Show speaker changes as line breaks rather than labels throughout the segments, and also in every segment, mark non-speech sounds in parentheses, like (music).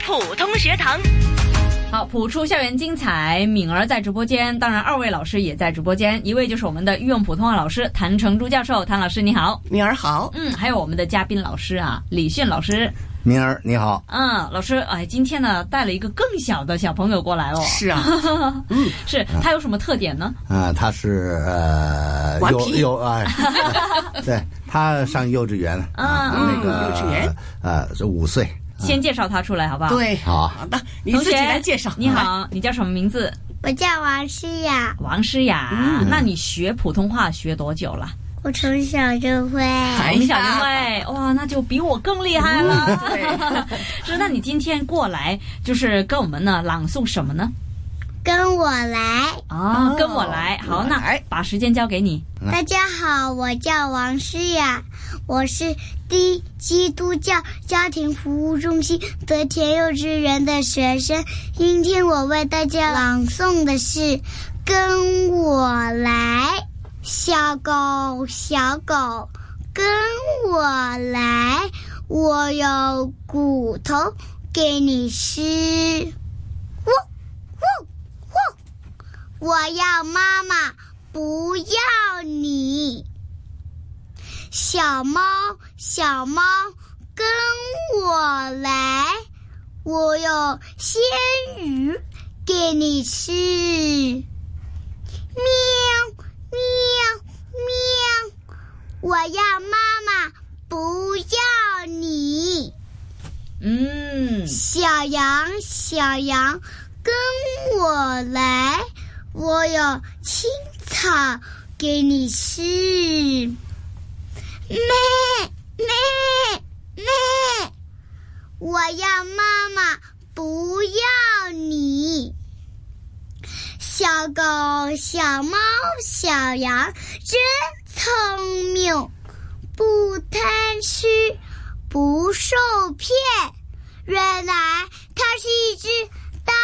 普通学堂。
好，普出校园精彩，敏儿在直播间，当然二位老师也在直播间，一位就是我们的御用普通话老师谭成珠教授，谭老师你好，
敏儿好，
嗯，还有我们的嘉宾老师啊，李迅老师，
明儿你好，
嗯，老师，哎，今天呢带了一个更小的小朋友过来哦，
是啊，
(laughs) 是他有什么特点呢？
啊、他是呃
顽
幼
皮
幼啊， (laughs) 对他上幼稚园了啊，
嗯
那个
幼稚园
呃是五岁，
先介绍他出来好不好？，
对，
好
好的，啊你
同
自己
学
来介绍。
你，好，你叫什么名字？
我叫王诗雅，
王诗雅，那你学普通话学多久了？
我从小就会。
哎
你小
呀
因为哇，那就比我更厉害 (laughs) 了。是，那你今天过来就是跟我们呢朗诵什么呢？
跟我来，
啊，
哦
跟我来。好，那
来
把时间交给你。
大家好，我叫王诗雅，我是第基督教家庭服务中心德田幼稚园的学生。今天我为大家朗诵的是《跟我来》，小狗，小狗，跟我来，我有骨头给你吃。喔喔喔我要妈妈，不要你。小猫，小猫，跟我来，我有鲜鱼给你吃。喵喵喵，我要妈妈，不要你。
嗯，
小羊，小羊，跟我来，我有青草给你吃。咩咩咩！我要妈妈，不要你。小狗、小猫、小羊真聪明，不贪吃，不受骗。原来它是一只大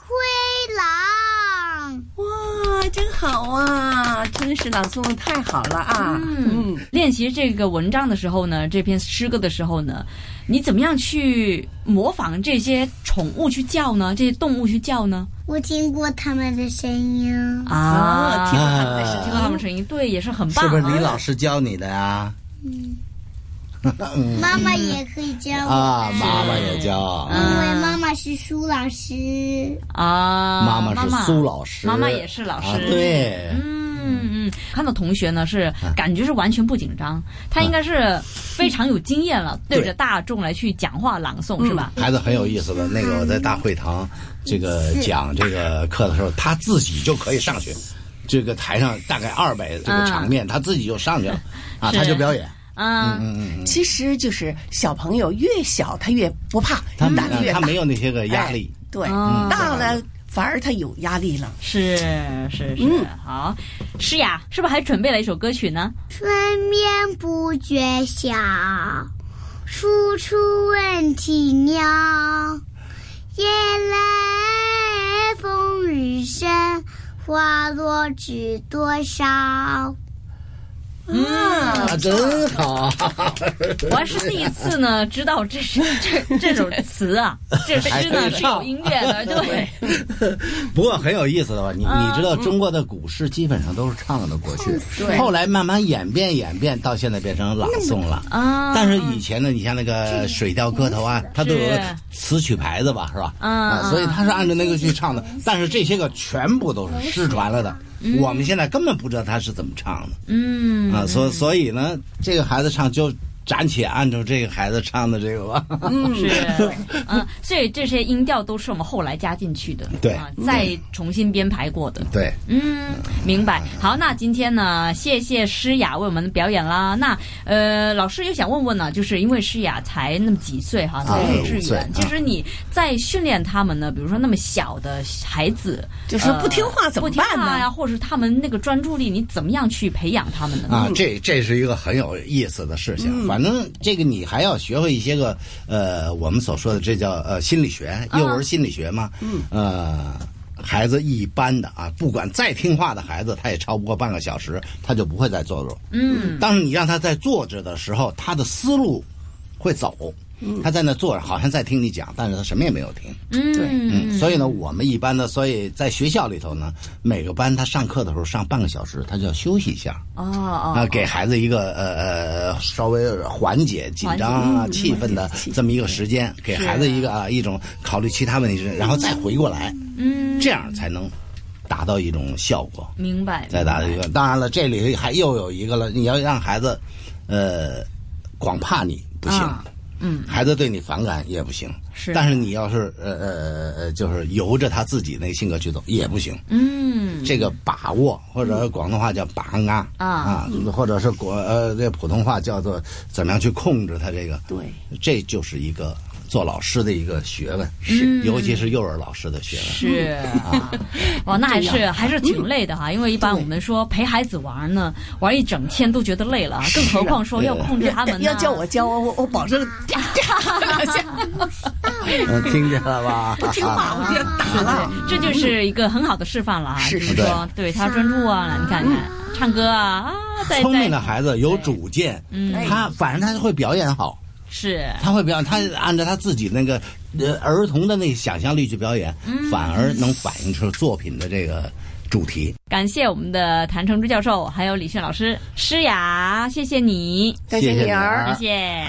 灰狼。
哇，真好啊，真是朗诵的太好了啊，
嗯，练习这个文章的时候呢，这篇诗歌的时候呢，你怎么样去模仿这些宠物去叫呢？这些动物去叫呢？
我听过它们的声音，
啊，听
听
了他们的事
听
情
到他们声音，对，也是很棒、
是
啊。
不是李老师教你的呀？
妈妈也可以教
嗯
嗯
我，
啊，妈妈也教，
因为妈妈是苏老师。
啊？
妈妈是苏老师，
妈妈也是老师
啊对，
嗯，嗯，看到同学呢是感觉是完全不紧张，他
嗯
应该是非常有经验了，对
对
着大众来去讲话朗诵是吧？
孩子很有意思的。那个我在大会
嗯
堂这个讲这个课的时候，他自己就可以上去，这个台上大概二百这个场面，他自己就上去了啊，
嗯是
他就表演。
啊，
嗯
其实就是小朋友越小他越不怕，
他
胆子越
他
大，
没有那些个压力。
嗯哎对，
嗯
大了反而他有压力了。
是是
嗯
是，好，诗雅是不是还准备了一首歌曲呢？
春眠不觉晓，处处问啼鸟。夜来风雨声，花落知多少。
啊，真好！
我还是第一次呢，知道这是这这首词
(laughs)
啊，这诗呢是有音乐的，对，
(laughs) 不过很有意思的吧？你你知道，中国的古诗基本上都是唱的过去，后来慢慢演变演变，到现在变成朗诵了。
啊，
(laughs) 但是以前呢，你像那个《水调歌头》啊，它都有个词曲牌子吧，是吧？
嗯嗯
啊，所以它是按照那个去唱的。但是这些个全部都是失传了的，我们现在根本不知道它是怎么唱的
嗯
啊。所所以呢，这个孩子唱就暂且按照这个孩子唱的这个吧。
是，嗯，所以这些音调都是我们后来加进去的，
对
啊，再重新编排过的。
对，
嗯，明白。好，那今天呢，谢谢诗雅为我们表演啦。那呃，老师又想问问呢，就是因为诗雅才那么几岁哈，才幼
五
稚
岁
园，其实你在训练他们呢，比如说那么小的孩子，
就是不听话
呃
怎么办呢
不听话呀，或者是他们那个专注力，你怎么样去培养他们的呢？
啊，这这是一个很有意思的事情。反正这个你还要学会一些个呃，我们所说的这叫呃心理学，幼儿心理学嘛。嗯。呃，孩子一般的啊，不管再听话的孩子，他也超不过半个小时，他就不会再坐着。
嗯，
但是你让他在坐着的时候，他的思路会走。他在那坐着，好像在听你讲，但是他什么也没有听。
嗯，
嗯，所以呢，我们一般的，所以在学校里头呢，每个班他上课的时候上半个小时，他就要休息一下
哦
啊、
哦，
给孩子一个呃呃稍微缓解紧张啊气氛的这么一个时间，给孩子一个啊一种考虑其他问题时，然后再回过来，
嗯，
这样才能达到一种效果。
明白，嗯
再打一个，当然了，这里还又有一个了，你要让孩子，呃，光怕你不行。
啊嗯，
孩子对你反感也不行，
是
但是你要是呃呃呃呃，就是由着他自己那性格去走也不行。
嗯，
这个把握，或者广东话叫把啊
啊
啊，或者是国呃这普通话叫做怎么样去控制他这个，
对，
这就是一个做老师的一个学问，
嗯
是
尤其是幼儿老师的学问。
是， (laughs) 哇，那还是还是挺累的哈，因为一般我们说陪孩子玩呢，玩一整天都觉得累了，啊更何况说要控制他们呢。
要叫我教我，我我保证 (laughs) 啪啪两下，
嗯，听见了吧？啊
不听话我就要打了。
这就是一个很好的示范了啊，
是
就是
是
说对他专注啊，你看看唱歌啊啊，在
聪明的
在
孩子有主见，
哎
他反正他就会表演好，
是
他会表演，他按照他自己那个呃儿童的那个想象力去表演，
嗯
反而能反映出作品的这个主题。
感谢我们的谭成珠教授还有李炫老师、诗雅，谢谢你，
感谢
谢啊
你儿
谢谢。